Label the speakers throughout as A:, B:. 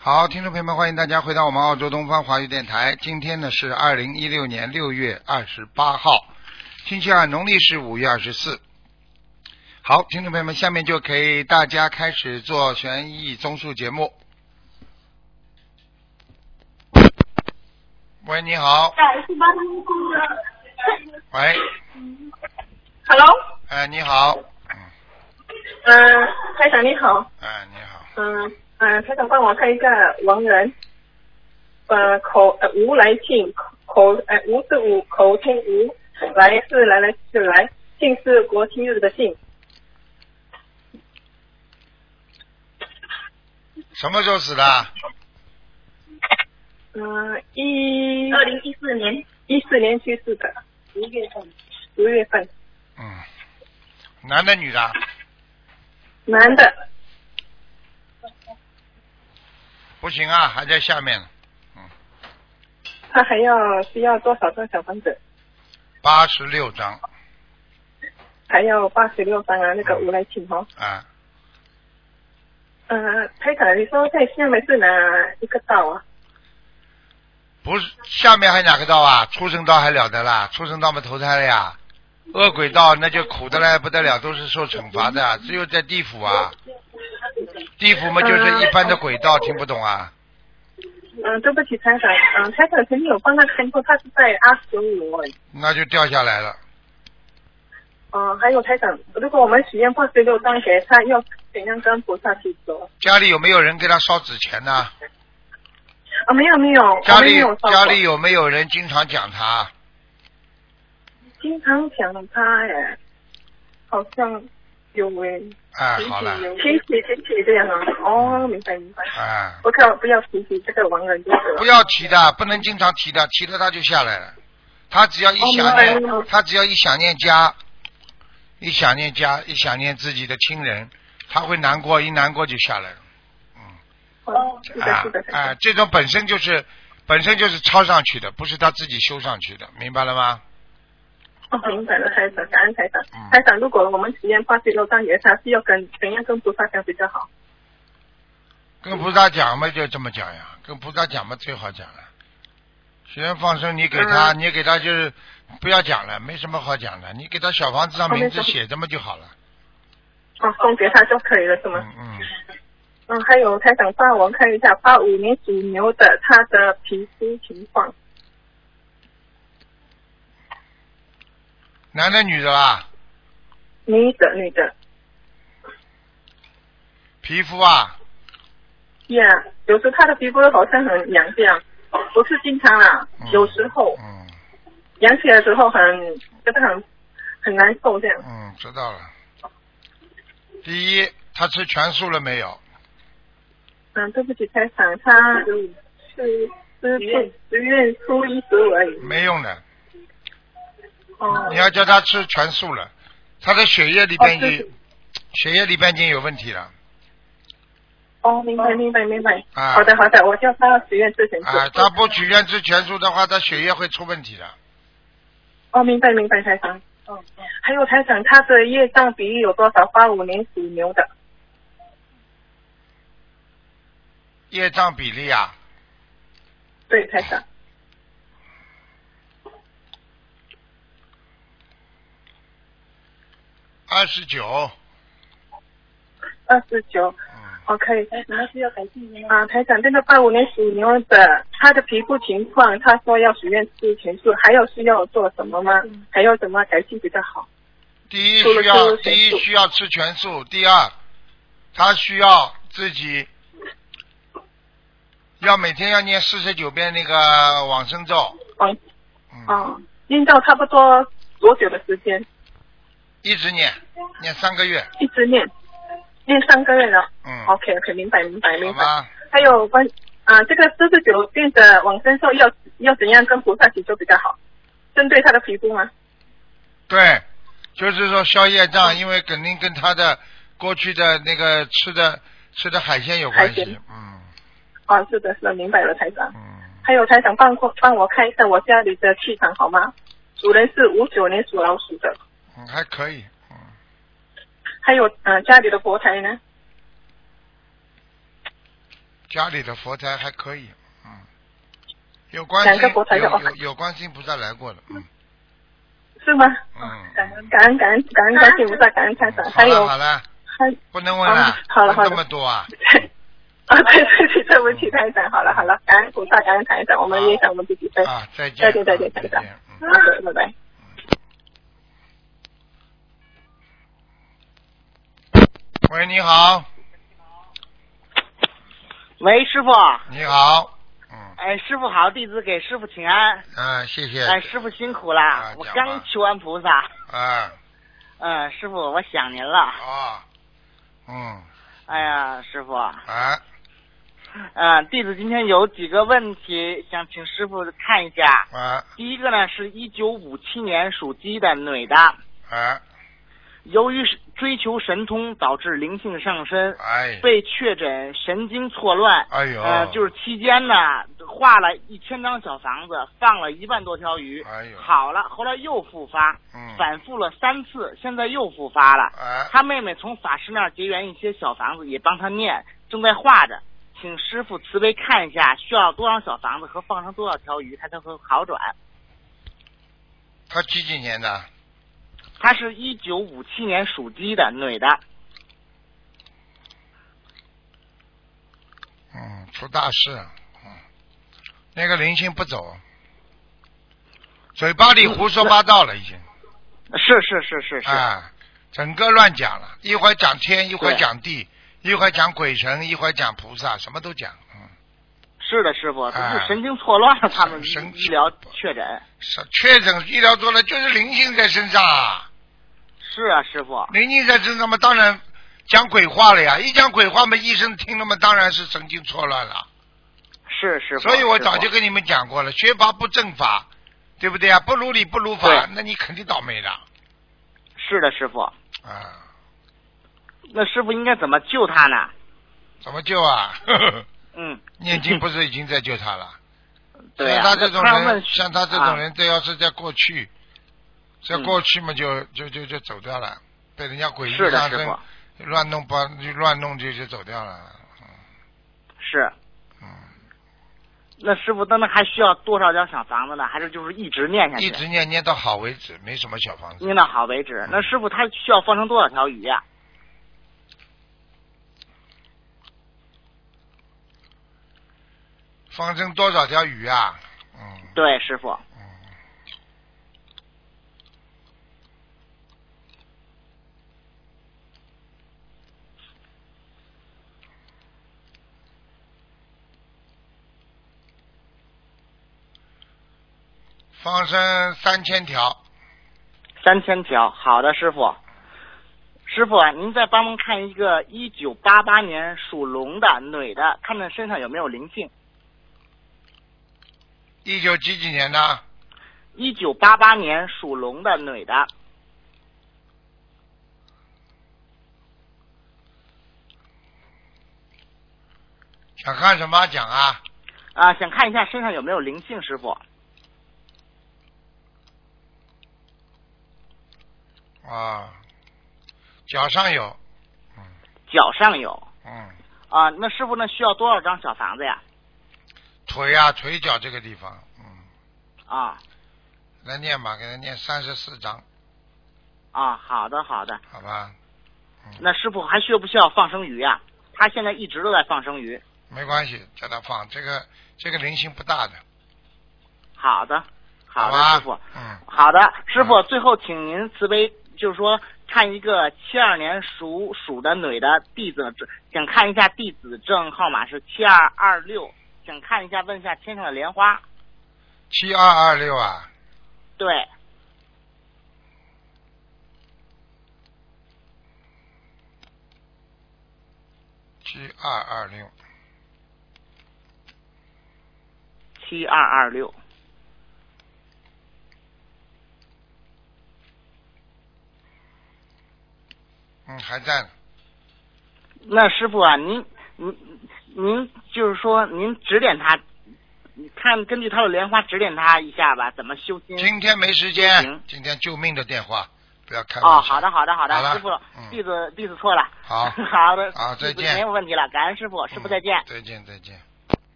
A: 好，听众朋友们，欢迎大家回到我们澳洲东方华语电台。今天呢是二零一六年六月二十八号，星期二，农历是五月二十四。好，听众朋友们，下面就可以大家开始做悬疑综述节目。喂，你好，喂，
B: Hello，
A: 哎，你好，
B: 嗯、台长你好，
A: 哎，你好，
B: 嗯、嗯、台长帮我看一下王人，呃口呃无来信口呃无是无口天无来是来来去来信是国庆日的信，
A: 什么时候死的？
B: 嗯、一
C: 二零一四年，
B: 一四年去世的，十月份，十月份，
A: 嗯，男的女的？
B: 男的，
A: 不行啊，还在下面呢，
B: 他还要需要多少张小房子？
A: 八十六张
B: 还要八十六张啊，那个无来信哦。
A: 啊，
B: 嗯、台长你说在下面是哪一个道啊？
A: 不是下面还哪个道啊？畜生道还了得啦？畜生道嘛投胎了呀，恶鬼道那就苦的嘞不得了，都是受惩罚的，只有在地府啊，地府嘛就是一般的鬼道，听不懂啊？
B: 嗯，对不起，台长，嗯，台长曾经有帮他看过，他是在阿修罗哎。
A: 那就掉下来了。
B: 嗯，还有台长，如果我们许愿八十六张给他，要怎样跟菩萨去说？
A: 家里有没有人给他烧纸钱呢、
B: 啊，没有没有，
A: 家
B: 我们
A: 里
B: 没有烧过
A: 家里有没有人经常讲他？
B: 经常想他哎，好像有哎，
A: 哎，好了，
B: 提起提起这样啊，哦，明白明白，
A: 哎，
B: 不看不要提起这个亡人就是
A: 不
B: 了。
A: 要提的，不能经常提的，提了他就下来了。他只要一想
B: 哦明白明
A: 念，
B: 白
A: 他只要一想念家，一想念家，一想念自己的亲人，他会难过，一难过就下来了。
B: 哦，是的
A: 啊
B: 是的，台
A: 啊
B: 长，
A: 这种本身就是本身就是抄上去的，不是他自己修上去的，明白了吗？
B: 哦，明白了，台长，感恩台长
A: 嗯，
B: 台长，如果我们许愿八十六张给他，是要跟怎样跟菩萨讲比较好？
A: 跟菩萨讲嘛，就这么讲呀，跟菩萨讲嘛最好讲了。许愿放生，你给他，
B: 嗯
A: 你给他就是不要讲了，没什么好讲的，你给他小房子上
B: 哦没
A: 名字
B: 什么
A: 写着嘛就好了。
B: 哦，送给他就可以了，是吗？
A: 嗯嗯，
B: 嗯，还有台长帮我看一下八五年属牛的他的皮肤情况，
A: 男的女的啦，
B: 女的女的，
A: 皮肤啊，
B: 呀、yeah,，有时他的皮肤好像很痒这样，不是经常啦，
A: 嗯
B: 有时候
A: 嗯
B: 痒起来的时候很觉得很很难受这样。
A: 嗯，知道了。第一，他吃全素了没有？
B: 嗯，对不起台长，他是是十月初一十五而已。
A: 没用的，
B: 哦
A: 你，要叫他吃全素了，他的血液里边
B: 哦对
A: 已、血液里边已经有问题了
B: 哦，明白明白明白。
A: 啊
B: 好的好的，我叫他许愿之前做。
A: 啊！他不许愿吃全素的话，他血液会出问题的。
B: 哦，明白明白，台长。哦，还有台长，他的业障比例有多少？八五年属牛的。
A: 业障比例啊，
B: 对，台长。
A: 二十九，
B: 二十九
A: 嗯，
B: ，OK。
C: 什么需要改进的呢？
B: 啊，台长，这个八五年属牛的，他的皮肤情况，他说要许愿吃全素，还有需要做什么吗？
A: 嗯
B: 还要怎么改进比较好？
A: 第一
B: 除了
A: 需要
B: 吃全素
A: 第一需要吃全素，第二，他需要自己要每天要念四十九遍那个往生咒，
B: 哦，
A: 嗯，
B: 哦，念到差不多多久的时间？
A: 一直念，念三个月，
B: 一直念，念三个月了。
A: 嗯，
B: OK OK，明白明白
A: 好
B: 明白。
A: 吗？
B: 还有关啊，这个四十九遍的往生咒要要怎样跟菩萨祈求比较好？针对他的皮肤吗？
A: 对，就是说消业障，
B: 嗯
A: 因为肯定跟他的过去的那个吃的吃的海鲜有关
B: 海
A: 系
B: 鲜，
A: 嗯
B: 啊，是的，是的，明白了，台长。
A: 嗯，
B: 还有台长帮过帮我看一下我家里的气场好吗？主人是五九年属老鼠的。
A: 嗯还可以，嗯，
B: 啊还有呃家里的佛台呢？
A: 家里的佛台还可以，嗯，有观
B: 两
A: 音
B: 个佛台的
A: 有
B: 哦
A: 有有观世音菩萨来过了，嗯
B: 是吗？
A: 嗯。
B: 感恩感恩感恩感恩高兴菩萨，感恩台长，还有
A: 好了好了，
B: 还
A: 不能问了
B: 哦，好了好
A: 问
B: 了
A: 这么多啊，
B: 啊，对对对，对不起，台长，好了好了，感恩菩萨，感恩台长，我们也想我们自己分。好
A: 啊，再见，
B: 再见再见
A: 再
B: 再见
A: 见，嗯。
B: 的，拜拜。
A: 喂，你好，
D: 喂，师傅，
A: 你好，嗯，
D: 哎，师傅好，弟子给师傅请安。
A: 啊，谢谢，
D: 哎，师傅辛苦了，
A: 啊
D: 我
A: 讲吧
D: 刚求完菩萨。
A: 啊，
D: 嗯，师傅，我想您了。
A: 啊，嗯，
D: 哎呀，师傅，
A: 啊，
D: 嗯，弟子今天有几个问题想请师傅看一下。
A: 啊，
D: 第一个呢，是一九五七年属鸡的女的，
A: 啊，
D: 由于是追求神通导致灵性上身，
A: 哎，
D: 被确诊神经错乱。
A: 哎呦，
D: 呃，就是期间呢，画了一千张小房子，放了一万多条鱼，
A: 哎呦，
D: 好了，后来又复发，
A: 嗯，
D: 反复了三次，现在又复发了。
A: 啊，
D: 他妹妹从法师那儿结缘一些小房子，也帮他念，正在画着，请师傅慈悲看一下，需要多少小房子和放上多少条鱼，他才会好转。
A: 他几几年的？
D: 她是一九五七年属鸡的女的，
A: 嗯，出大事，嗯，那个灵性不走，嘴巴里胡说八道了，已经，
D: 是是是是是，
A: 啊，整个乱讲了，一会儿讲天，一会儿
D: 对
A: 讲地，一会儿讲鬼神，一会儿讲菩萨，什么都讲，嗯，
D: 是的，师傅，
A: 哎
D: 这是神经错乱了，他们医
A: 神经
D: 医疗确诊。
A: 是确诊医疗做了，就是灵性在身上啊，
D: 是啊，师傅，
A: 灵性在身上嘛，当然讲鬼话了呀，一讲鬼话嘛，医生听了嘛，当然是神经错乱了。
D: 是师傅。
A: 所以我
D: 师
A: 早
D: 傅
A: 就跟你们讲过了，学法不正法，对不对啊？不如理不如法
D: 对，
A: 那你肯定倒霉的
D: 是的，师傅。
A: 啊！
D: 那师傅应该怎么救他呢？
A: 怎么救啊？
D: 嗯，
A: 念经不是已经在救他了？
D: 对呀、
A: 像他这种
D: 那他问啊
A: 人，像他这种人，这要是在过去，
D: 嗯
A: 在过去嘛，就就就就走掉了，被人家诡
D: 啊
A: 异
D: 是的，
A: 上
D: 师
A: 身
D: 傅，
A: 乱弄把就乱弄就就走掉了。
D: 是。
A: 嗯，
D: 那师傅，那那还需要多少张小房子呢？还是就是一直念下去，
A: 一直念念到好为止，没什么小房子。
D: 念到好为止？那师傅他需要放成多少条鱼啊呀、
A: 放生多少条鱼啊？嗯，
D: 对，师傅，
A: 放生三千条。
D: 三千条。好的，师傅。师傅，啊您再帮忙看一个一九八八年属龙的女的，看看身上有没有灵性。
A: 一九几几年的？
D: 一九八八年属龙的女的，
A: 想看什么讲啊？
D: 啊，想看一下身上有没有灵性，师傅。
A: 啊，脚上有，
D: 脚上有
A: 嗯，
D: 啊，那师傅那需要多少张小房子呀？
A: 腿啊，腿脚这个地方，嗯，
D: 啊
A: 来念吧，给他念三十四章，
D: 啊，好的好的。
A: 好吧？嗯
D: 那师傅还需不需要放生鱼呀、他现在一直都在放生鱼。
A: 没关系，叫他放这个这个灵性不大的，
D: 好的，好的，
A: 吧？
D: 师傅，
A: 嗯，
D: 好的，师傅，
A: 嗯
D: 最后请您慈悲，就是说看一个七二年属鼠的女的弟子，想看一下弟子证号码是七二二六，想看一下问一下天上的莲花。
A: 七二二六啊，
D: 对，
A: 七二二六，
D: 七二二六。
A: 嗯，还在呢，
D: 那师傅啊，您您您就是说您指点他，你看根据他的莲花指点他一下吧，怎么修心？
A: 今天没时间
D: 行，
A: 今天救命的电话，不要开玩笑。
D: 哦，好的，好的，好的
A: 好了，
D: 师傅
A: 嗯，
D: 弟子弟子错了。
A: 好
D: 好的，
A: 好再
D: 弟子
A: 见
D: 没有问题了，感恩师傅，师傅再见。
A: 嗯再见，再见。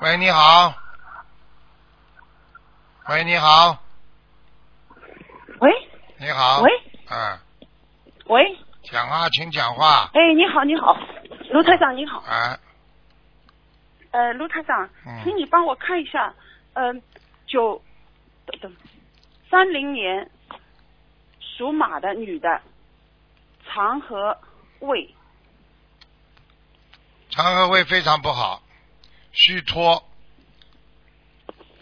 A: 喂，你好。喂，你好，
E: 喂
A: 你好。
E: 喂。
A: 嗯，
E: 喂，
A: 讲啊，请讲话。
E: 哎，你好，你好，卢台长你好，
A: 啊，
E: 呃，卢台长，
A: 嗯
E: 请你帮我看一下，嗯、呃，九，等等，三零年属马的女的，肠和胃，
A: 肠和胃非常不好，虚脱，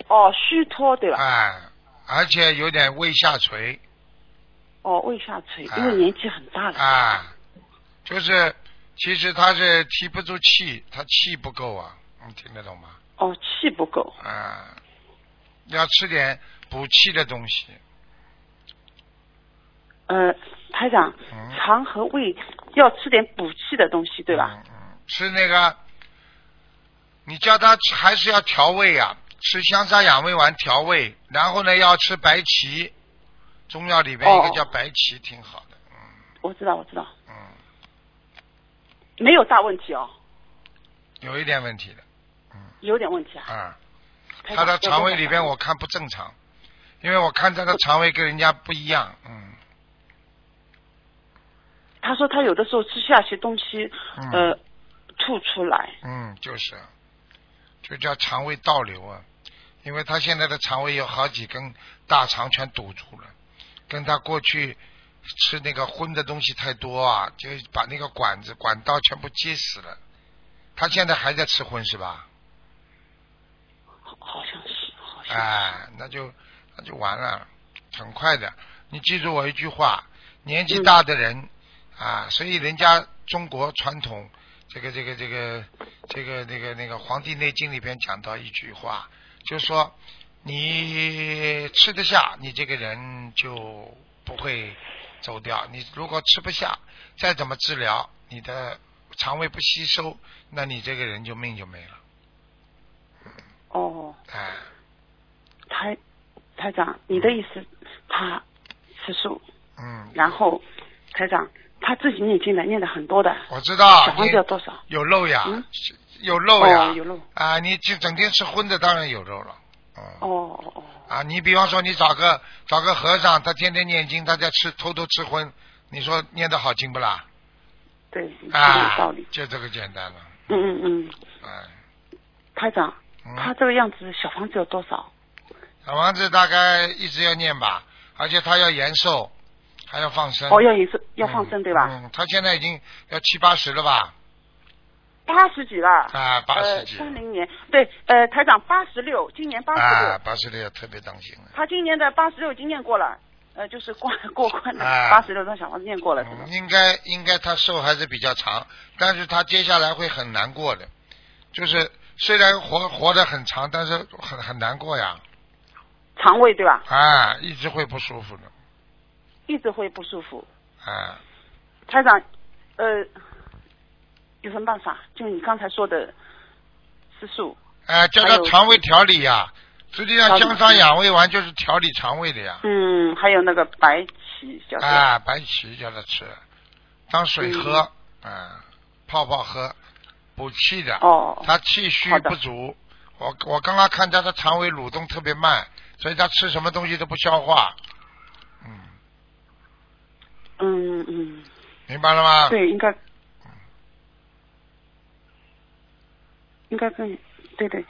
E: 哦，虚脱对吧？
A: 哎，而且有点胃下垂，
E: 哦，胃下垂，
A: 啊
E: 因为年纪很大了。
A: 啊，就是其实他是提不住气，他气不够啊，你听得懂吗？
E: 哦，气不够。
A: 啊，要吃点补气的东西。
E: 呃，台长，
A: 嗯
E: 肠和胃要吃点补气的东西，对吧？
A: 嗯嗯，吃那个，你叫他吃还是要调味啊，吃香砂养胃丸调味，然后呢要吃白芪，中药里面一
E: 哦
A: 个叫白芪，挺好的。
E: 我知道，我知道，
A: 嗯，
E: 没有大问题哦，
A: 有一点问题的
E: 有点问题啊。
A: 啊，他
E: 台长
A: 的肠胃里边
E: 要
A: 我看不正常，因为我看他的肠胃跟人家不一样。嗯
E: 他说他有的时候吃下些东西，
A: 嗯
E: 呃，吐出来。
A: 嗯，就是，就叫肠胃倒流啊，因为他现在的肠胃有好几根大肠全堵住了，跟他过去吃那个荤的东西太多啊，就把那个管子管道全部结死了。他现在还在吃荤是吧？
E: 好好像是，好像是。
A: 哎，那就那就完了，很快的。你记住我一句话：年纪大的人、啊，所以人家中国传统这个这个这个这个那个那个《黄帝内经》里边讲到一句话，就说你吃得下，你这个人就不会走掉；你如果吃不下，再怎么治疗，你的肠胃不吸收，那你这个人就命就没了。
E: 哦，
A: 哎，
E: 台台长，你的意思，他吃素，
A: 嗯，
E: 然后台长他自己念经的，念的很多的，
A: 我知道。
E: 小房
A: 你
E: 子要多少？
A: 有肉呀，
E: 嗯
A: 有肉呀，
E: 哦有肉
A: 啊！你就整天吃荤的，当然有肉了。嗯、
E: 哦哦哦，
A: 啊，你比方说你找个找个和尚，他天天念经，他在吃偷偷吃荤，你说念得好经不啦？
E: 对，你说的嗯有
A: 啊
E: 道理，。
A: 就这个简单了。
E: 嗯嗯嗯，
A: 哎，
E: 台长，他
A: 嗯，
E: 这个样子小房子有多少？
A: 小王子大概一直要念吧，而且他要延寿，还要放生。
E: 哦，要也是要放生
A: 嗯
E: 对吧？
A: 嗯，他现在已经要七八十了吧？
E: 八十几了。
A: 啊，八十
E: 呃，
A: 几。
E: 三零年对，呃，台长八十六，今年八十
A: 啊
E: 六，，
A: 八十六要特别当心了。
E: 他今年的八十六已经念过了，呃，就是过 过关的
A: 哎
E: 八十六张小房子念过了，是吗
A: 嗯、？应该应该他寿还是比较长，但是他接下来会很难过的，就是虽然活活得很长，但是很很难过呀，
E: 肠胃对吧？
A: 啊，一直会不舒服的，
E: 一直会不舒服。
A: 啊，
E: 台长，呃，有什么办法？就你刚才说的吃素，
A: 哎，叫
E: 还
A: 他
E: 有
A: 肠胃调理呀，实际上
E: 调理
A: 姜砂养胃丸就是调理肠胃的呀，
E: 嗯，还有那个白芪叫做、
A: 啊，白芪叫他吃，当水喝，啊，泡泡喝，补气的，
E: 嗯哦，
A: 他气虚
E: 好的
A: 不足，我我刚刚看他的肠胃蠕动特别慢，所以他吃什么东西都不消化。嗯，
E: 嗯嗯，
A: 明白了吗？
E: 对，应该应该跟对对，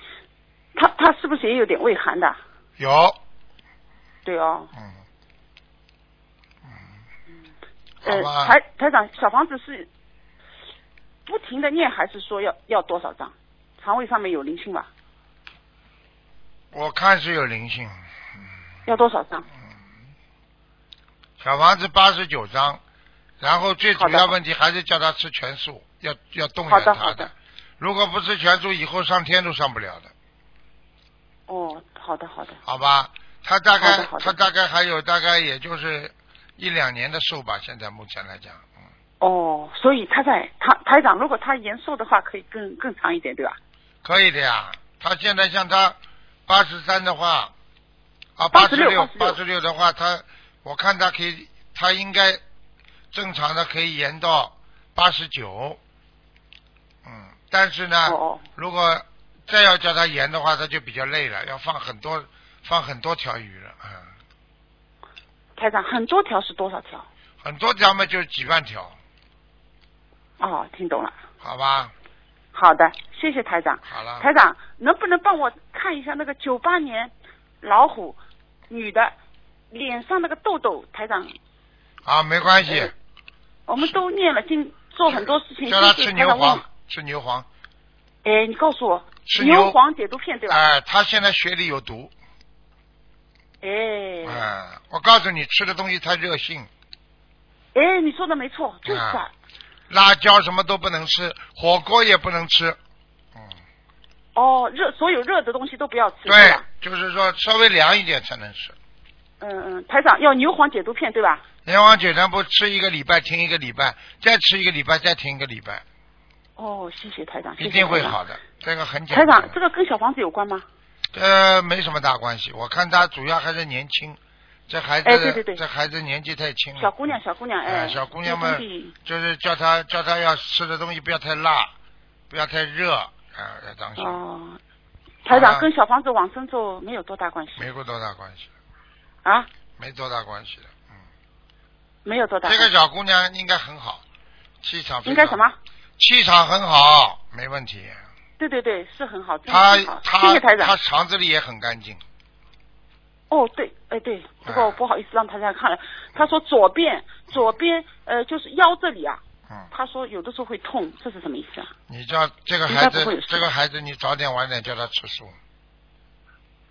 E: 他他是不是也有点胃寒的？
A: 有，
E: 对哦，
A: 嗯，
E: 呃
A: 嗯，好，吧。
E: 台台长，小房子是不停的念，还是说要要多少张？肠胃上面有灵性吧？
A: 我看是有灵性，
E: 要多少张？
A: 小房子八十九张，然后最主
E: 好的
A: 要问题还是叫他吃全素，要要动
E: 好
A: 员
E: 的
A: 他
E: 好的
A: 如果不吃全素，以后上天都上不了的，
E: 哦，好的好的，
A: 好吧？他大
E: 好
A: 概
E: 的好的
A: 他大概还有大概也就是一两年的寿吧，现在目前来讲，嗯。
E: 哦，所以他在他台长，如果他延寿的话，可以更更长一点，对吧？
A: 可以的呀，他现在像他八十三的话，啊，八十
E: 86
A: 六，八
E: 86
A: 十六的话，他我看他可以，他应该正常的可以延到八十九。嗯，但是呢，
E: 哦
A: 如果再要叫他延的话，他就比较累了，要放很多放很多条鱼了，嗯，
E: 台长，很多条是多少条？
A: 很多条嘛就是几万条，
E: 哦，听懂了。
A: 好吧？
E: 好的，谢谢台长。
A: 好了，
E: 台长，能不能帮我看一下那个九八年老虎女的脸上那个痘痘？台长，
A: 啊，没关系，
E: 嗯我们都念了，经做很多事情，
A: 叫他
E: 谢谢
A: 吃
E: 台
A: 牛
E: 长问
A: 黄。，吃牛黄，
E: 哎，你告诉我，
A: 吃
E: 牛
A: 牛
E: 黄解毒片对吧？
A: 哎、他现在血里有毒，
E: 哎
A: 嗯、，我告诉你，吃的东西太热性，
E: 哎，你说的没错，就是啊
A: 啊。辣椒什么都不能吃，火锅也不能吃。嗯，
E: 哦，热所有热的东西都不要吃，对
A: 对
E: 吧？，
A: 就是说稍微凉一点才能吃。
E: 嗯嗯，台长要牛黄解毒片对吧？
A: 连王九汤不吃一个礼拜，停一个礼拜，再吃一个礼拜，再停一个礼拜，
E: 哦，谢谢台长，谢谢
A: 一定会
E: 台长
A: 好。的。这个很简
E: 台
A: 单。
E: 长，这个跟小房子有关吗？
A: 呃没什么大关系，我看他主要还是年轻，这孩子、
E: 哎对对对
A: 这孩子年纪太轻了。
E: 小姑娘，小姑娘，哎，
A: 哎小姑娘们
E: 这个兄弟
A: 就是叫他叫他要吃的东西不要太辣，不要太热啊，要当心，
E: 哦，台长
A: 好了
E: 跟小房子往生咒没有多大关系
A: 啊没过多大关系，
E: 啊，
A: 没多大关系的。嗯。
E: 没有多大
A: 这
E: 关
A: 个
E: 系。
A: 小姑娘应该很好，气场非常
E: 应该什？么？
A: 气场很好，没问题。
E: 对对对，是很好，真的
A: 她
E: 很好。
A: 她
E: 谢谢台
A: 她
E: 长。
A: 肠子里也很干净，
E: 哦，对，哎对，不过
A: 哎
E: 我不好意思让台长看了。他说左边，左边，呃，就是腰这里啊。
A: 嗯，
E: 他说有的时候会痛，这是什么意思啊？
A: 你叫这个
E: 应
A: 孩
E: 该不会有
A: 子
E: 事，
A: 这个孩子你早点晚点叫他吃素，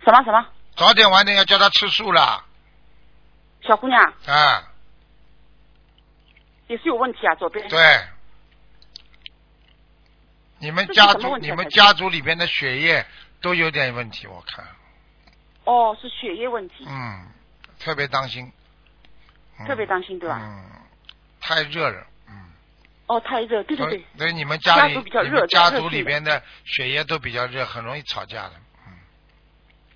E: 什么什么？
A: 早点晚点要叫他吃素啦，
E: 小姑娘
A: 啊，
E: 也是有问题啊，左边。
A: 对。你们
E: 这是
A: 家
E: 什么
A: 族，
E: 问题
A: 你
E: 啊
A: 们
E: 台长
A: 家族里边的血液都有点问题，我看，
E: 哦，是血液问题，
A: 嗯，特别当心，嗯
E: 特别担心对吧？
A: 嗯，太热了，嗯。
E: 哦，太热，对对
A: 所
E: 对
A: 以，所以你们家里
E: 家族比较
A: 你
E: 热
A: 们家
E: 热
A: 族里
E: 性的
A: 边的血液都比较热，很容易吵架的。嗯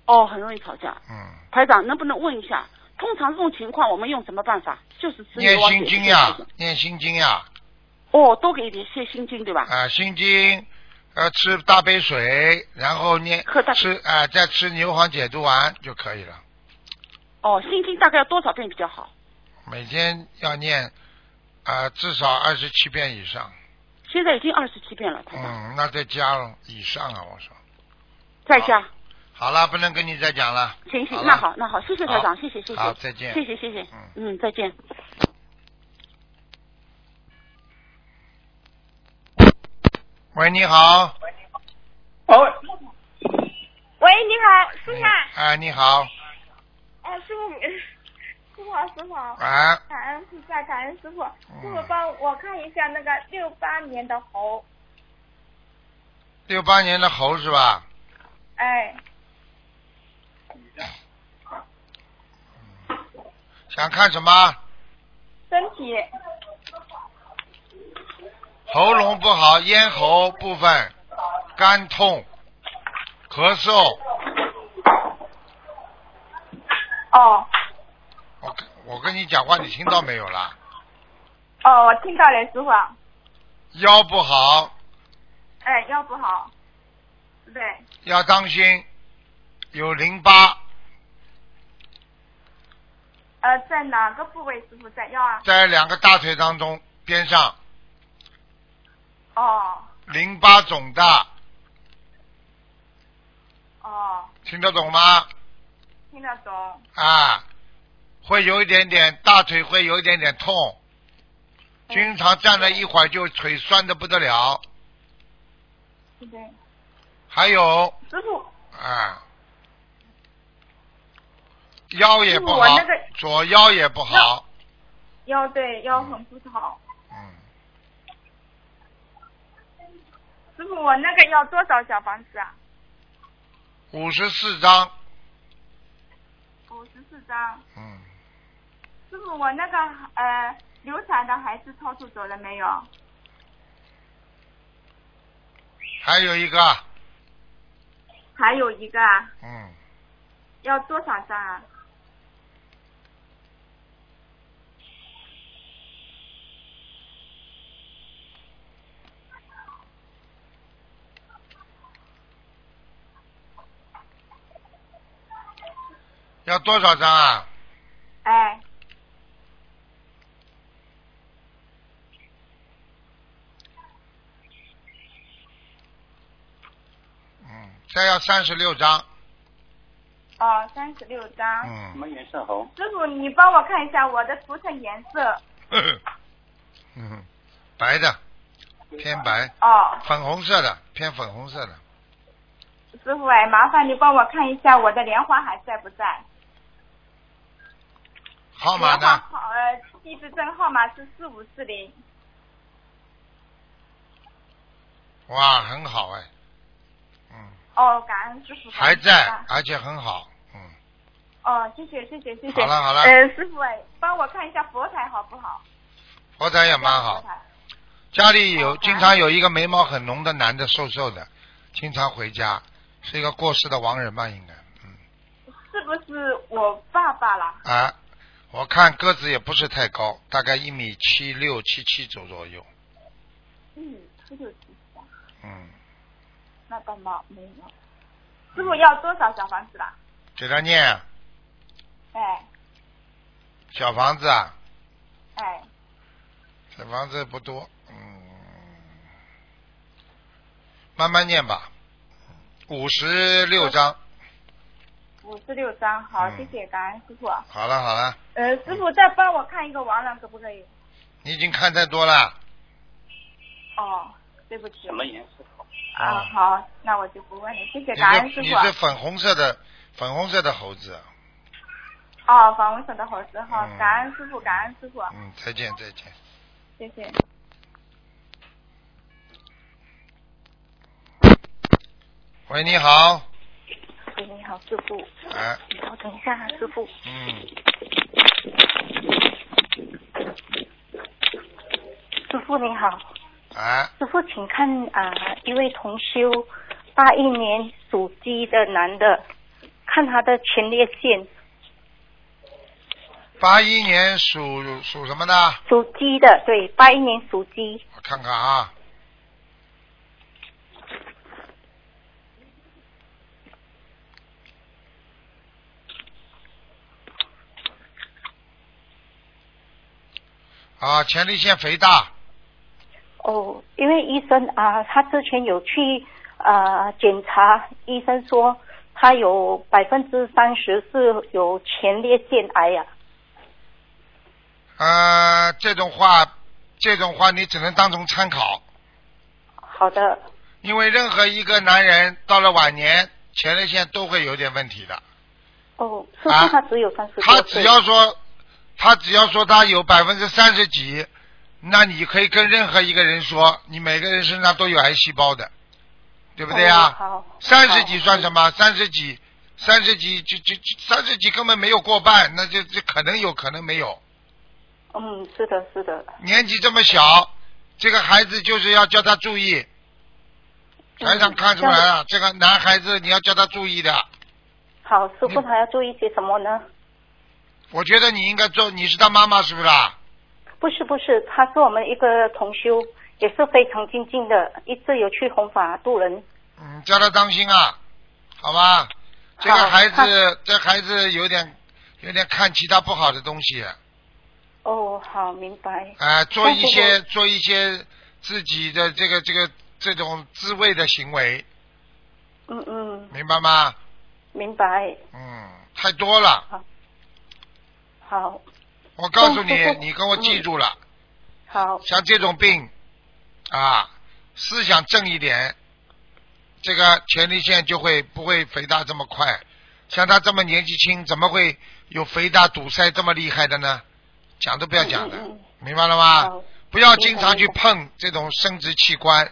E: 哦，很容易吵架。
A: 嗯，
E: 台长，能不能问一下，通常这种情况我们用什么办法？就是吃
A: 念
E: 牛蛙
A: 心
E: 血
A: 经
E: 这件
A: 呀
E: 事情，
A: 念心经呀，
E: 哦，多给一点些心经，对吧？
A: 啊，心经，呃，吃大杯水，然后念
E: 喝大
A: 吃啊、再吃牛黄解毒丸就可以了。
E: 哦，心经大概要多少遍比较好？
A: 每天要念啊、至少二十七遍以上。
E: 现在已经二十七遍了，台长，
A: 嗯，那再加了以上啊，我说。
E: 在家。
A: 好了，不能跟你再讲了。
E: 行行
A: 好，
E: 那
A: 了
E: 好，那好，谢谢台
A: 好
E: 长，谢谢谢谢，
A: 好再见
E: 谢谢谢谢，
A: 嗯
E: 嗯，再见。
A: 喂，你好。
C: 喂，你好，师傅啊，
A: 哎，你好。
C: 呃，师傅，师傅好，师傅好，
A: 哎，
C: 感恩菩萨，感恩师傅，师傅帮我看一下那个六八年的猴，
A: 六八年的猴是吧？
C: 哎，
A: 想看什么？
C: 身体，
A: 喉咙不好，咽喉部分干痛、咳嗽。
C: 哦，
A: 我跟我跟你讲话，你听到没有啦？
C: 哦，我听到了，师傅，
A: 腰不好，
C: 哎，腰不好，对，
A: 要当心，有淋巴
C: 呃，在哪个部位，师傅在腰啊？
A: 在两个大腿当中边上，
C: 哦，
A: 淋巴肿大，
C: 哦，
A: 听得懂吗？
C: 听得懂，
A: 啊，会有一点点大腿会有一点点痛，经常站了一会儿就腿酸的不得了，
C: 对对，
A: 还有
C: 师傅，
A: 啊，腰也不
C: 师傅我
A: 好，
C: 那个
A: 左腰也不好，
C: 腰对腰很不好，
A: 嗯，
C: 师傅，我那个要多少小房子啊？
A: 五十四张，
C: 五十四张。
A: 嗯，
C: 师傅，我那个呃流产的孩子超度走了没有？
A: 还有一个，
C: 还有一个啊，
A: 嗯，
C: 要多少张啊？
A: 要多少张啊？
C: 哎，
A: 嗯，再要三十六张。
C: 哦，三十六张。
A: 嗯，
F: 么颜色红？
C: 师傅，你帮我看一下我的图腾颜色。
A: 呵呵 嗯，白的，偏白，
C: 哦，
A: 粉红色的，偏粉红色的。
C: 师傅哎，麻烦你帮我看一下我的莲花还在不在？
A: 号码
C: 莲花
A: 呢？
C: 号呃，地址证号码是四五四零。
A: 哇，很好哎。嗯，
C: 哦，感恩师傅。
A: 还在
C: 感恩，
A: 而且很好。嗯，
C: 师傅哦，谢谢谢谢谢谢。
A: 好了好了
C: 呃，师傅哎，帮我看一下佛台好不好？
A: 佛台也蛮哎好
C: 佛。台
A: 家里有
C: 好
A: 经常有一个眉毛很浓的男的，瘦瘦的，经常回家，是一个过世的亡人吧，应该。嗯
C: 是不是我爸爸啦？
A: 啊，我看个子也不是太高，大概一米七六、七七左左右。
C: 嗯，这就知道，
A: 嗯，
C: 那倒没没有。师傅要多少小房子啦？
A: 给他念啊
C: 哎
A: 小房子啊，
C: 哎，
A: 小房子不多，嗯，慢慢念吧，五十六章，
C: 五十六张，好，
A: 嗯
C: 谢谢感恩师傅。
A: 好了好了，
C: 呃，师傅再帮我看一个亡人可不可以？
A: 你已经看太多了，
C: 哦，对不起
F: 什。么颜色红？
C: 啊，
A: 嗯
C: 好，那我就不问你，谢谢
A: 你
C: 感恩
A: 是
C: 师
A: 你
C: 傅。啊
A: 是粉红色的粉红色的猴子，啊
C: 哦，访问省的好师好，
A: 嗯
C: 感恩师傅，感恩师傅，
A: 嗯，再见再见。
C: 谢谢。
A: 喂，你好，
G: 喂，你好，师傅，
A: 哎，
G: 你稍等一下啊，师傅。
A: 嗯，
G: 师傅你好，
A: 哎，
G: 师傅，请看啊、一位同修，八一年属鸡的男的，看他的前列腺，
A: 八一年属属什么的？
G: 属鸡的，对，八一年属鸡，
A: 我看看啊。啊，前列腺肥大，
G: 哦，因为医生啊、他之前有去啊、检查，医生说他有百分之三十是有前列腺癌啊呀、
A: 呃，这种话，这种话你只能当成参考，
G: 好的，
A: 因为任何一个男人到了晚年，前列腺都会有点问题的。
G: 哦，师
A: 啊
G: 傅他只有三十多岁，
A: 他只要说，他只要说他有百分之三十几，那你可以跟任何一个人说，你每个人身上都有癌细胞的，对不对
G: 哦
A: 啊？
G: 好，
A: 三十几算什么？三十几，三十几就就就三十几根本没有过半，那就就可能有可能没有。
G: 嗯，是的，是的，
A: 年纪这么小，这个孩子就是要叫他注意。
G: 嗯
A: 台上看出来了，这个男孩子你要叫他注意的。
G: 好，师
A: 你
G: 傅还要注意些什么呢？
A: 我觉得你应该做，你是他妈妈是不是啊？
G: 不是不是，他是我们一个同修，也是非常精进的，一直有去弘法度人。
A: 嗯，叫他当心啊，好吧？这个
G: 好
A: 孩子
G: 他，
A: 这孩子有点有点看其他不好的东西，哎、
G: 哦，好，明白。
A: 做一些
G: 但
A: 做一些自己的这个这个这种自卫的行为，
G: 嗯嗯，
A: 明白吗？
G: 明白。
A: 嗯，太多了。
G: 好，
A: 我告诉你
G: 但是不，嗯
A: 你跟我记住了，
G: 好，
A: 像这种病啊，思想正一点，这个前列腺就会不会肥大这么快。像他这么年纪轻，怎么会有肥大堵塞这么厉害的呢？讲都不要讲的，
G: 嗯嗯嗯
A: 明白了吗
G: 好？
A: 不要经常去
G: 明白
A: 碰这种生殖器官，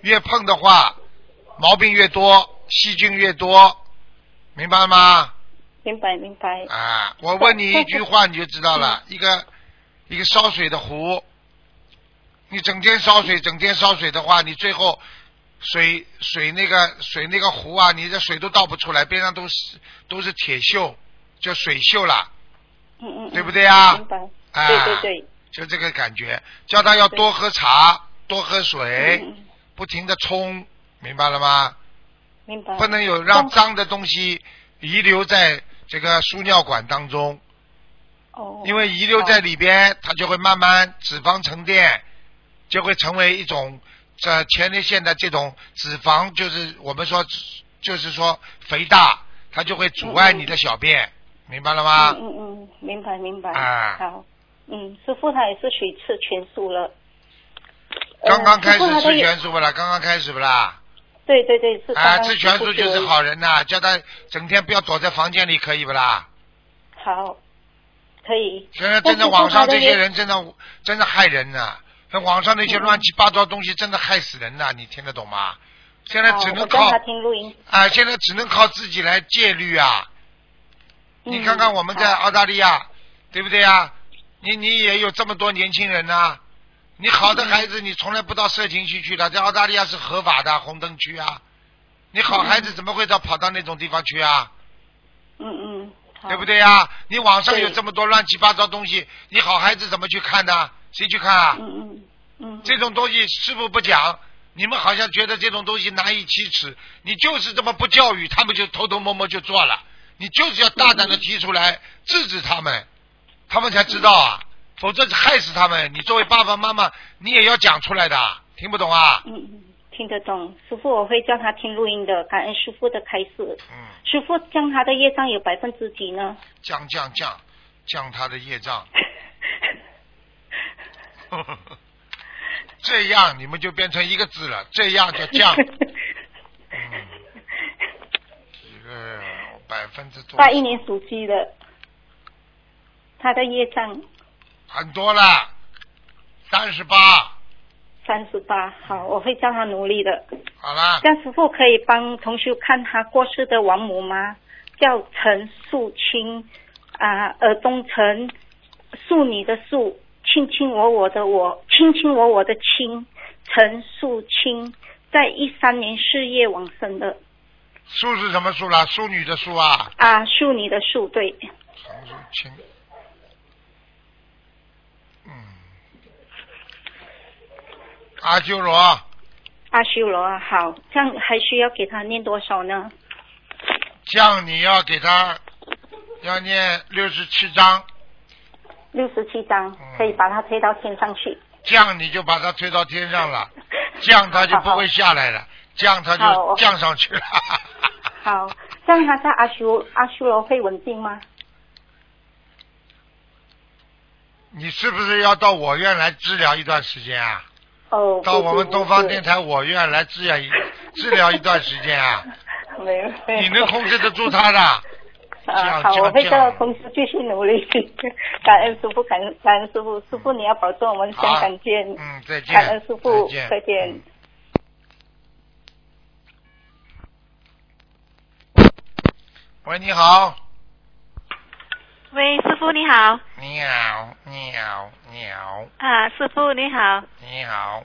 A: 越碰的话，毛病越多，细菌越多，明白吗？
G: 明白明白。
A: 啊，我问你一句话你就知道了，
G: 嗯
A: 一个一个烧水的壶，你整天烧水，整天烧水的话，你最后水水那个水那个湖啊，你这水都倒不出来，边上都是都是铁锈，叫水锈了，
G: 嗯嗯，嗯
A: 对不对啊
G: 明白，
A: 啊，
G: 对对对，
A: 就这个感觉。叫他要多喝茶，多喝水，
G: 嗯嗯
A: 不停的冲，明白了吗？
G: 明白，
A: 不能有
G: 但
A: 让脏的东西遗留在这个输尿管当中，
G: 哦，
A: 因为遗留在里边，它就会慢慢脂肪沉淀，就会成为一种这前列腺的这种脂肪，就是我们说就是说肥大，它就会阻碍你的小便，明白了吗？
G: 嗯嗯嗯，明白明白，
A: 啊
G: 好，嗯，师傅他也是去吃全素了，呃
A: 刚刚开始
G: 师傅他
A: 吃
G: 也
A: 全素不啦？刚刚开始不啦？
G: 对对对，是刚
A: 啊，
G: 刚
A: 吃全素
G: 师傅
A: 就是
G: 有
A: 好人呐、叫他整天不要躲在房间里，可以不啦？
G: 好，可以。
A: 现在真的网上这些人真的真的害人呐、那网上那
G: 嗯
A: 些乱七八糟东西真的害死人呐、你听得懂吗？现在
G: 哦
A: 只
G: 我
A: 能
G: 跟
A: 靠
G: 他听录音。
A: 啊，现在只能靠自己来戒律啊。你看看我们在
G: 好
A: 澳大利亚，对不对啊？你你也有这么多年轻人呐、你好的孩子，你从来不到色情区去的，在澳大利亚是合法的红灯区啊。你好孩子怎么会到跑到那种地方去啊？
G: 嗯嗯，好
A: 对不？对呀、你网上有
G: 对
A: 这么多乱七八糟东西，你好孩子怎么去看呢？谁去看啊？
G: 嗯嗯嗯，
A: 这种东西师傅不讲，你们好像觉得这种东西难以启齿，你就是这么不教育，他们就偷偷摸摸就做了。你就是要大胆的提出来、制止他们，他们才知道啊，否则害死他们。你作为爸爸妈妈，你也要讲出来的，听不懂啊？
G: 嗯嗯，听得懂。师傅，我会叫他听录音的，感恩师傅的开示。
A: 嗯，
G: 师傅将他的业障有百分之几呢？
A: 降降降降他的业障。 这样你们就变成一个字了，这样叫 降。嗯，一个百分之多
G: 八一年属鸡的，他的业障
A: 很多了，三十八，
G: 三十八。好，我会叫他努力的。
A: 好了
G: 这，样师傅可以帮同修看他过世的亡母吗？叫陈素清，啊、耳东陈，素你的素，卿卿我我的我，卿卿我我的卿，陈素清，在一三年事业往生的
A: 树是什么树啦？淑女的淑啊，
G: 啊，素你的素，对，
A: 陈淑清。嗯，阿修罗，
G: 阿修罗啊，好，这样还需要给他念多少呢？
A: 降你要给他要念六十七章，
G: 六十七章，可以把他推到天上去。
A: 降你就把他推到天上了，降他就不会下来了，降
G: 好
A: 他就
G: 哦
A: 降上去了。
G: 好，这样他在阿修阿修罗会稳定吗？
A: 你是不是要到我院来治疗一段时间啊？
G: 哦，
A: 到我们东方电
G: 台。
A: 台我院来治疗一治疗一段时 间啊？
G: 没有，没有
A: 你能控制得住他的？
G: 啊，
A: 样
G: 好，
A: 这样
G: 我会
A: 这样
G: 叫同事继续努力。感恩师傅，感恩感恩师傅，师傅你要保重，我们香
A: 好
G: 港见。
A: 嗯，再见。
G: 感恩师傅
A: 再见。
G: 再见
A: 嗯喂，你好，
F: 喂，师傅你好
A: 你好，你好，你好，
F: 啊，师傅你好
A: 你好，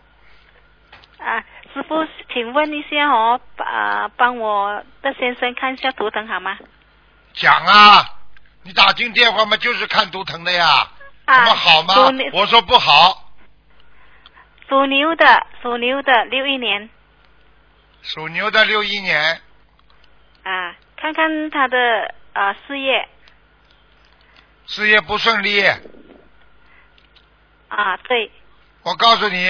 F: 啊，师傅，请问一下哦，啊，帮我的先生看一下图腾好吗？
A: 讲啊，你打进电话嘛，就是看图腾的呀，
F: 啊，
A: 我好吗
F: 属牛？
A: 我说不好，
F: 属牛的，属牛的，六一年
A: 属牛的六一年，
F: 啊，看看他的啊事业
A: 事业不顺利，
F: 啊，对
A: 我告诉你，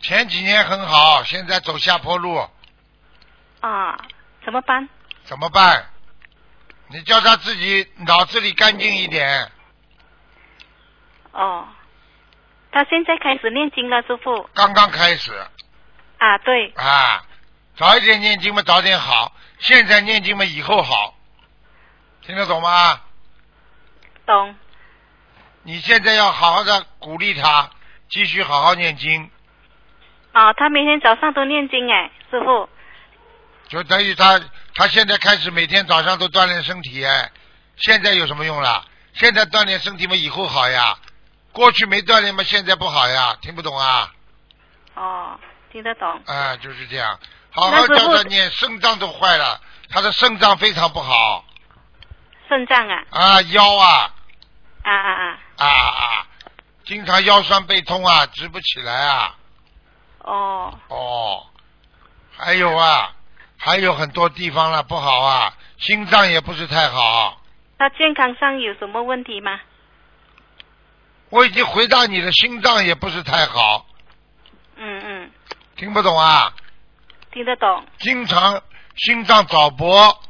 A: 前几年很好，现在走下坡路，
F: 啊，怎么办？
A: 怎么办？你叫他自己脑子里干净一点，
F: 哦，他现在开始念经了，师傅
A: 刚刚开始
F: 啊，对
A: 啊，早一点念经嘛，早点好；现在念经嘛，以后好。听得懂吗？
F: 懂
A: 你现在要好好的鼓励他，继续好好念经，
F: 啊，他每天早上都念经哎，师傅
A: 就等于他他现在开始每天早上都锻炼身体，哎，现在有什么用啦？现在锻炼身体嘛，以后好呀。过去没锻炼嘛，现在不好呀。听不懂啊？
F: 哦，听得懂
A: 啊，就是这样。好
F: 那
A: 好
F: 师
A: 叫
F: 傅
A: 他念，肾脏都坏了，他的肾脏非常不好
F: 肾脏啊，
A: 啊，腰啊
F: 啊啊啊，
A: 啊啊，经常腰酸背痛啊，直不起来啊，
F: 哦，
A: 哦，还有啊，还有很多地方了不好啊，心脏也不是太好。
F: 他健康上有什么问题吗？
A: 我已经回答你的心脏也不是太好，
F: 嗯嗯，
A: 听不懂啊？
F: 听得懂
A: 经常心脏早搏，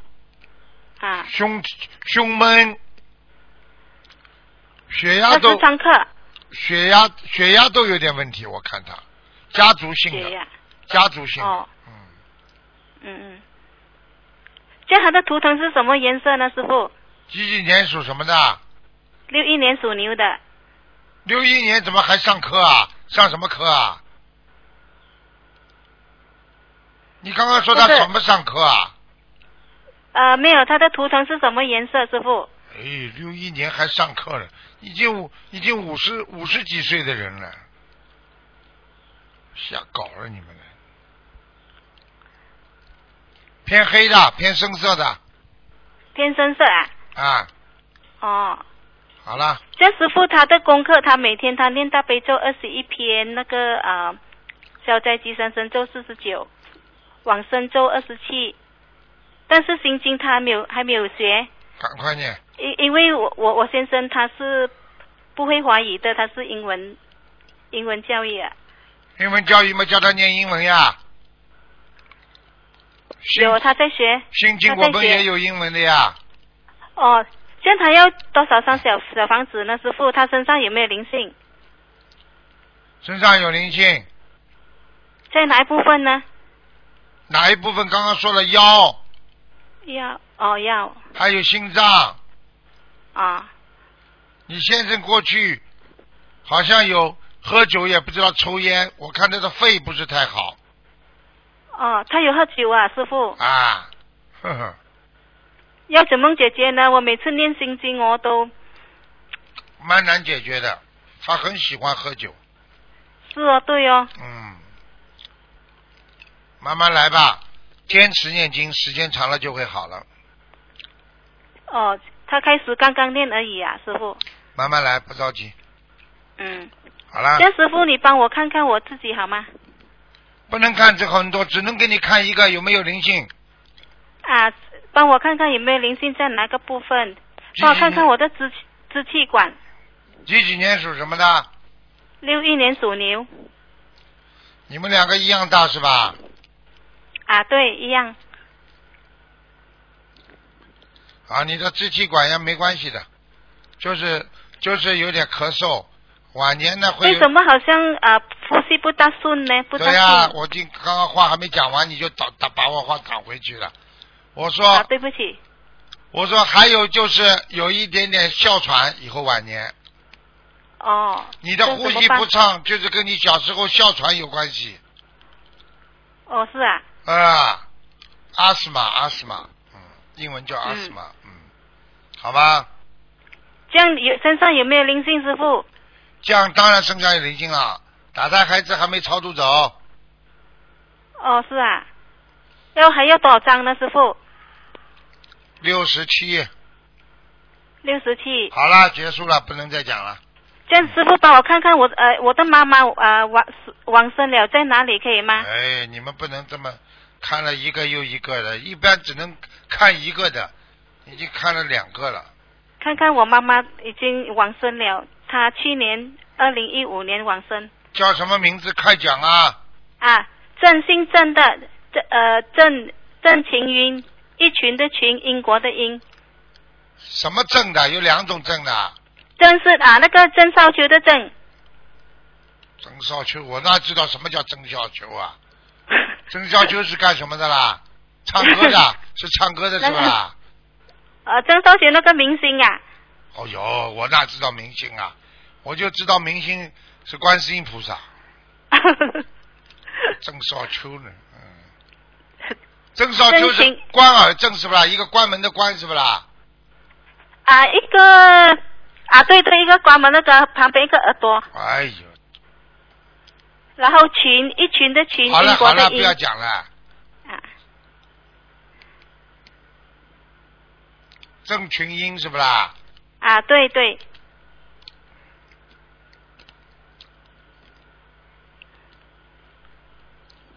F: 啊。
A: 胸胸闷，血压
F: 他
A: 都
F: 是上课，
A: 血压血压都有点问题，我看他家族性
F: 血
A: 的，
F: 压，
A: 家族性的，
F: 哦
A: 嗯，
F: 嗯嗯。这样他的图腾是什么颜色呢，师傅？
A: 几几年属什么的？
F: 六一年属牛的，
A: 六一年怎么还上课啊？上什么课啊？你刚刚说他
F: 不是
A: 什么上课啊？
F: 呃，没有，他的图腾是什么颜色，师傅？
A: 哎，六一年还上课了，已经五已经五十五十几岁的人了，瞎搞了你们了。偏黑的，偏深色的
F: 偏深色啊。
A: 啊，
F: 哦，
A: 好了，
F: 这师傅他的功课，他每天他念大悲咒二十一篇，那个啊、呃消灾吉祥神咒四十九，往生咒二十七，但是心经他还没有还没有学，
A: 赶快念。
F: 因因为我我我先生他是不会华语的，他是英文英文教育啊，
A: 英文教育嘛，叫他念英文呀。新
F: 有他在学
A: 新经我们也有英文的呀，
F: 哦。这样他要多少张小小房子呢？师傅，他身上有没有灵性？
A: 身上有灵性，
F: 在哪一部分呢？
A: 哪一部分刚刚说了腰，
F: 要哦要
A: 还有心脏。
F: 啊、
A: 你先生过去好像有喝酒，也不知道抽烟，我看他的肺不是太好
F: 哦，他有喝酒啊，师傅。
A: 啊。呵呵，
F: 要怎么解决呢？我每次念心经，我都
A: 蛮难解决的。他很喜欢喝酒，
F: 是哦，对哦，
A: 嗯，慢慢来吧，坚持念经，时间长了就会好了。
F: 哦，他开始刚刚念而已啊，师傅。
A: 慢慢来，不着急。
F: 嗯，
A: 好了。
F: 这样师傅你帮我看看我自己好吗？
A: 不能看这很多，只能给你看一个有没有灵性。
F: 啊，帮我看看有没有灵性在哪个部分，帮哦我看看我的支气支气管。
A: 几几年属什么的？
F: 六一年属牛
A: 你们两个一样大是吧？
F: 啊，对，一样
A: 啊，你的支气管炎没关系的，就是就是有点咳嗽，晚年呢会
F: 为
A: 有
F: 什。么好像啊呼吸不大顺呢？不大
A: 对
F: 顺
A: 呀、我今刚刚话还没讲完，你就打打把我话打回去了。我说、
F: 啊，对不起
A: 我说还有就是有一点点哮喘，以后晚年
F: 哦。
A: 你的
F: 这样
A: 呼
F: 怎么
A: 吸
F: 办
A: 不畅，就是跟你小时候哮喘有关系
F: 哦，是啊，
A: 啊，阿斯玛阿斯玛，嗯，英文叫阿斯玛，嗯，好吧，
F: 这样有身上有没有灵性，师傅？
A: 这样当然身上有灵性了。打胎孩子还没超度走，
F: 哦，是啊，要还要多少张呢，师傅？
A: 六十七，
F: 六十七。
A: 好了，结束了，不能再讲了。
F: 这样师傅帮我看看我呃我的妈妈呃往往生了在哪里可以吗？
A: 哎，你们不能这么看了一个又一个的，一般只能看一个的，已经看了两个了。
F: 看看我妈妈已经往生了，她去年二零一五年往生
A: 叫什么名字？快讲啊！
F: 啊，郑姓郑的郑呃郑郑晴云，一群的群，英国的英，
A: 什么证的？有两种证的。
F: 郑是啊那个郑少秋的郑，
A: 曾少秋，我哪知道什么叫曾少秋啊？曾少秋是干什么的啦？唱歌的，是唱歌的是吧？
F: 呃郑少秋那个明星啊，
A: 哦哟，我哪知道明星啊？我就知道明星是观世音菩萨，郑少秋呢。嗯， 郑少秋
F: 真
A: 是
F: 行
A: 关尔正是不啦？一个关门的关是不啦？
F: 啊一个啊对对一个关门那个旁边一个耳朵。
A: 哎呦，
F: 然后群一群的群，
A: 好了
F: 英国
A: 好
F: 的
A: 了，
F: 英啊
A: 不要讲了。郑群英是不啦？
F: 啊，对对，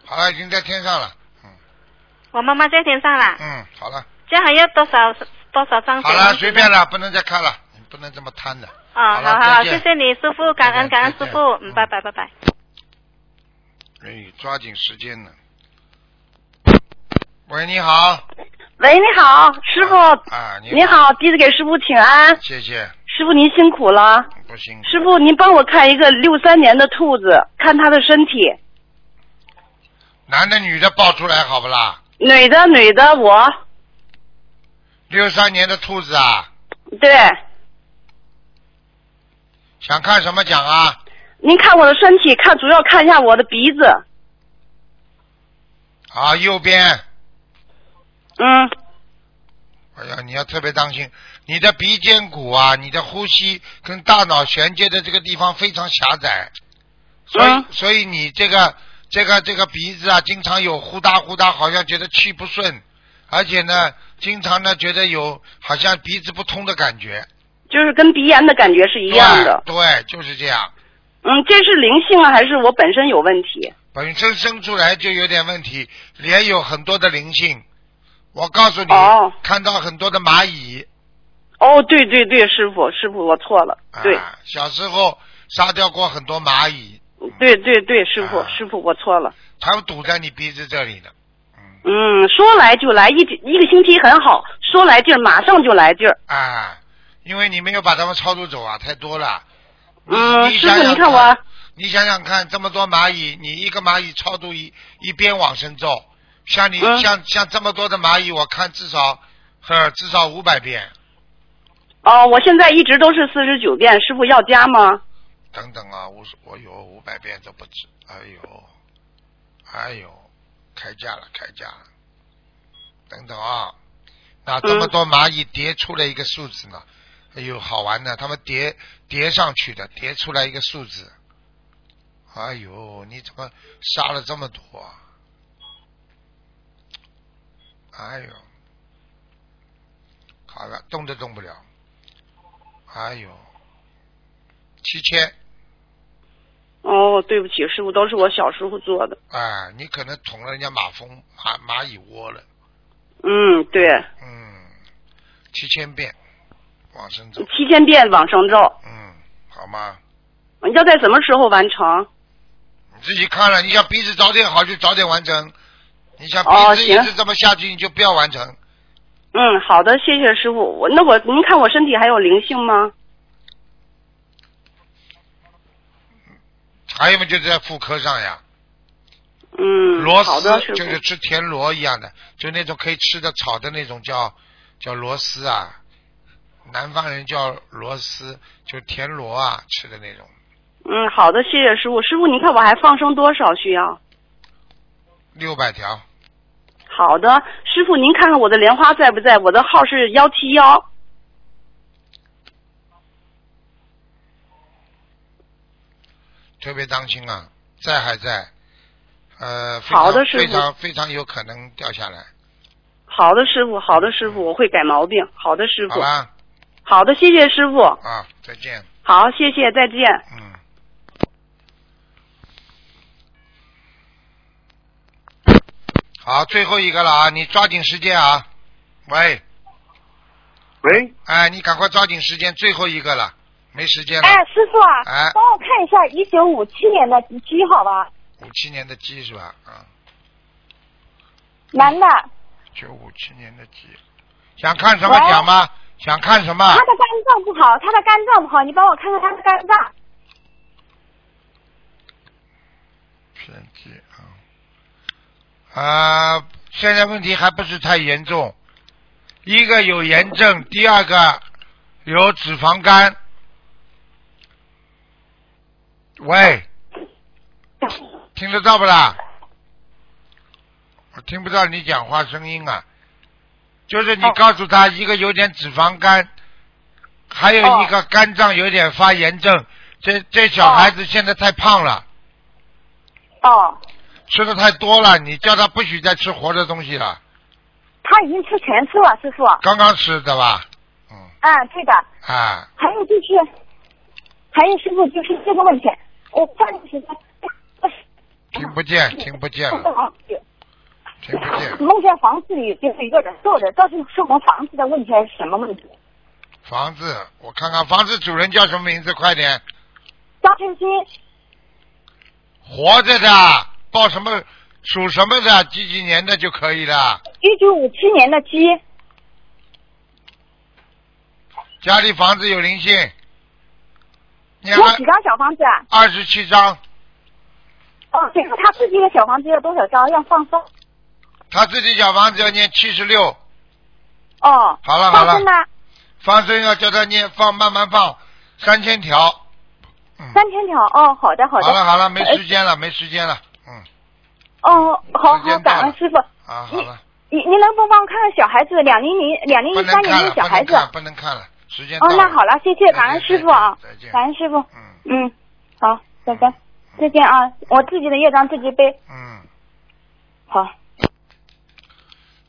A: 好了，已经在天上了。嗯
F: 我妈妈在天上啦，
A: 嗯，好了，
F: 这样还要多少多少张小
A: 好
F: 房子呢？
A: 了，随便了，不能再看了，你不能这么贪的。
F: 啊，
A: 好
F: 好
A: 了
F: 好好，
A: 再见
F: 谢谢你，师傅，感恩
A: 再见
F: 感恩师傅
A: 再，见
F: 嗯，拜拜拜拜。
A: 哎，抓紧时间了。喂，你好。
E: 喂，你好，师傅，
A: 啊，你
E: 你好，弟子给师傅请安，
A: 谢谢，
E: 师傅您辛苦了，
A: 不辛苦。
E: 师傅您帮我看一个六三年的兔子，看它的身体，
A: 男的女的报出来好不啦？
E: 女的女的我，
A: 六三年的兔子啊，
E: 对，
A: 想看什么讲啊？
E: 您看我的身体，看主要看一下我的鼻子，
A: 啊，右边，
E: 嗯，
A: 哎呀，你要特别当心，你的鼻尖骨啊，你的呼吸跟大脑衔接的这个地方非常狭窄，所以、
E: 嗯
A: 所以你这个这个这个鼻子啊，经常有呼哒呼哒，好像觉得气不顺，而且呢，经常呢觉得有好像鼻子不通的感觉，
E: 就是跟鼻炎的感觉是一样的，
A: 对，对，就是这样，
E: 嗯，这是灵性啊还是我本身有问题？
A: 本身生出来就有点问题，脸有很多的灵性。我告诉你，
E: 哦
A: 看到很多的蚂蚁，
E: 哦，对对对，师傅师傅我错了，对、
A: 啊，小时候杀掉过很多蚂蚁，
E: 对对对，师傅、
A: 嗯啊
E: 师傅我错了。
A: 它们堵在你鼻子这里的。嗯，
E: 嗯，说来就来，一直一个星期很好，说来劲儿，马上就来劲儿。
A: 啊，因为你没有把它们超度走啊，太多了。你
E: 嗯，
A: 你
E: 师
A: 想
E: 傅，
A: 想
E: 你看我，
A: 你想想看，这么多蚂蚁，你一个蚂蚁超度一一边往生咒，像你、
E: 嗯
A: 像像这么多的蚂蚁，我看至少呵至少五百遍。
E: 哦，我现在一直都是四十九遍，师傅要加吗？
A: 等等啊，我说我有五百遍都不止，哎呦，哎呦，开价了，开价了，等等啊，那这么多蚂蚁叠出来一个数字呢，哎呦，好玩呢，他们叠叠上去的，叠出来一个数字，哎呦，你怎么杀了这么多啊？哎呦，好了，动都动不了，哎呦，七千。
E: 哦，对不起，师傅，都是我小时候做的。
A: 啊，你可能捅了人家马蜂蚂蚂蚁窝了，
E: 嗯，对，
A: 嗯，七千遍往生走，
E: 七千遍往生咒，
A: 嗯，好吗？
E: 要在什么时候完成？
A: 你自己看了，你想鼻子早点好就早点完成，你想
E: 哦
A: 鼻子一
E: 行
A: 直这么下去，你就不要完成。
E: 嗯，好的，谢谢师傅。我那我您看我身体还有灵性吗？
A: 还有嘛，就是在妇科上呀，
E: 嗯，
A: 螺
E: 好的，
A: 丝
E: 师
A: 就
E: 傅。
A: 是吃田螺一样的，就那种可以吃的炒的那种叫叫螺丝啊，南方人叫螺丝，就田螺啊吃的那种，
E: 嗯，好的，谢谢师傅。师傅，您看我还放生多少需要？
A: 六百条，
E: 好的，师傅，您看看我的莲花在不在？我的号是幺七幺。
A: 特别当心啊，在还在，呃，非
E: 好
A: 常
E: 的师
A: 非
E: 傅
A: 常非常有可能掉下来，
E: 好的，师傅，好的，师傅，我会改毛病。好的，师
A: 好
E: 傅，
A: 吧？
E: 好的，谢谢师傅。
A: 啊，再见，
E: 好，谢谢，再见。
A: 嗯。好，最后一个了啊，你抓紧时间啊！喂，
H: 喂，
A: 哎，你赶快抓紧时间，最后一个了，没时间了。
I: 哎，师傅啊，
A: 哎
I: 帮我看一下一九五七年的鸡好吧？
A: 五七年的鸡是吧？啊，
I: 男的，
A: 九五七年的鸡，想看什么
I: 喂
A: 讲吗？想看什么
I: 他？的肝脏不好，他的肝脏不好，你帮我看看他的肝脏。
A: 偏激啊。啊、现在问题还不是太严重，一个有炎症，第二个有脂肪肝。喂，听得到不啦？我听不到你讲话声音啊。就是你告诉他，一个有点脂肪肝，还有一个肝脏有点发炎症。这这小孩子现在太胖了。
I: 哦，
A: 吃的太多了，你叫他不许再吃活的东西了。
I: 他已经吃全素了，师傅。
A: 刚刚吃的吧？
I: 嗯，对的。
A: 啊，
I: 还有就是，还有师傅就是这个问题，我上段时间
A: 听不见，听不见了，
I: 好
A: 听不见。
I: 梦见房子里就是一个人坐着，到底是我们房子的问题还是什么问题？
A: 房子，我看看房子主人叫什么名字，快点。
I: 张晨曦，
A: 活着的，报什么属什么的，几几年的就可以了。
I: 一九五七年的鸡，
A: 家里房子有灵性，你
I: 有
A: 二
I: 几张小房子啊？
A: 二十七张，
I: 哦，对，他自己的小房子要多少张？要放松。
A: 他自己小房子要念七十六，
I: 哦。
A: 好了好了
I: 放生呢？
A: 放生要叫他念放，慢慢放，三千条。嗯
I: 三千条。哦，好的好
A: 好
I: 的。
A: 了好了，没时
I: 呃。
A: 间了，没时间了，嗯，
I: 哦，好
A: 时间
I: 好，
A: 到了
I: 感恩师傅。
A: 啊好了，
I: 您您能不能帮我看看小孩子？两零零两零
A: 不
I: 一
A: 能
I: 三年
A: 看了，
I: 的小
A: 不
I: 孩
A: 能
I: 子。
A: 看，不能看了，时间到
I: 哦，那好了，谢谢，感恩师傅啊
A: 再见，
I: 感恩师傅。嗯，好，拜拜，再见啊！我自己的业障自己背。
A: 嗯。
I: 好。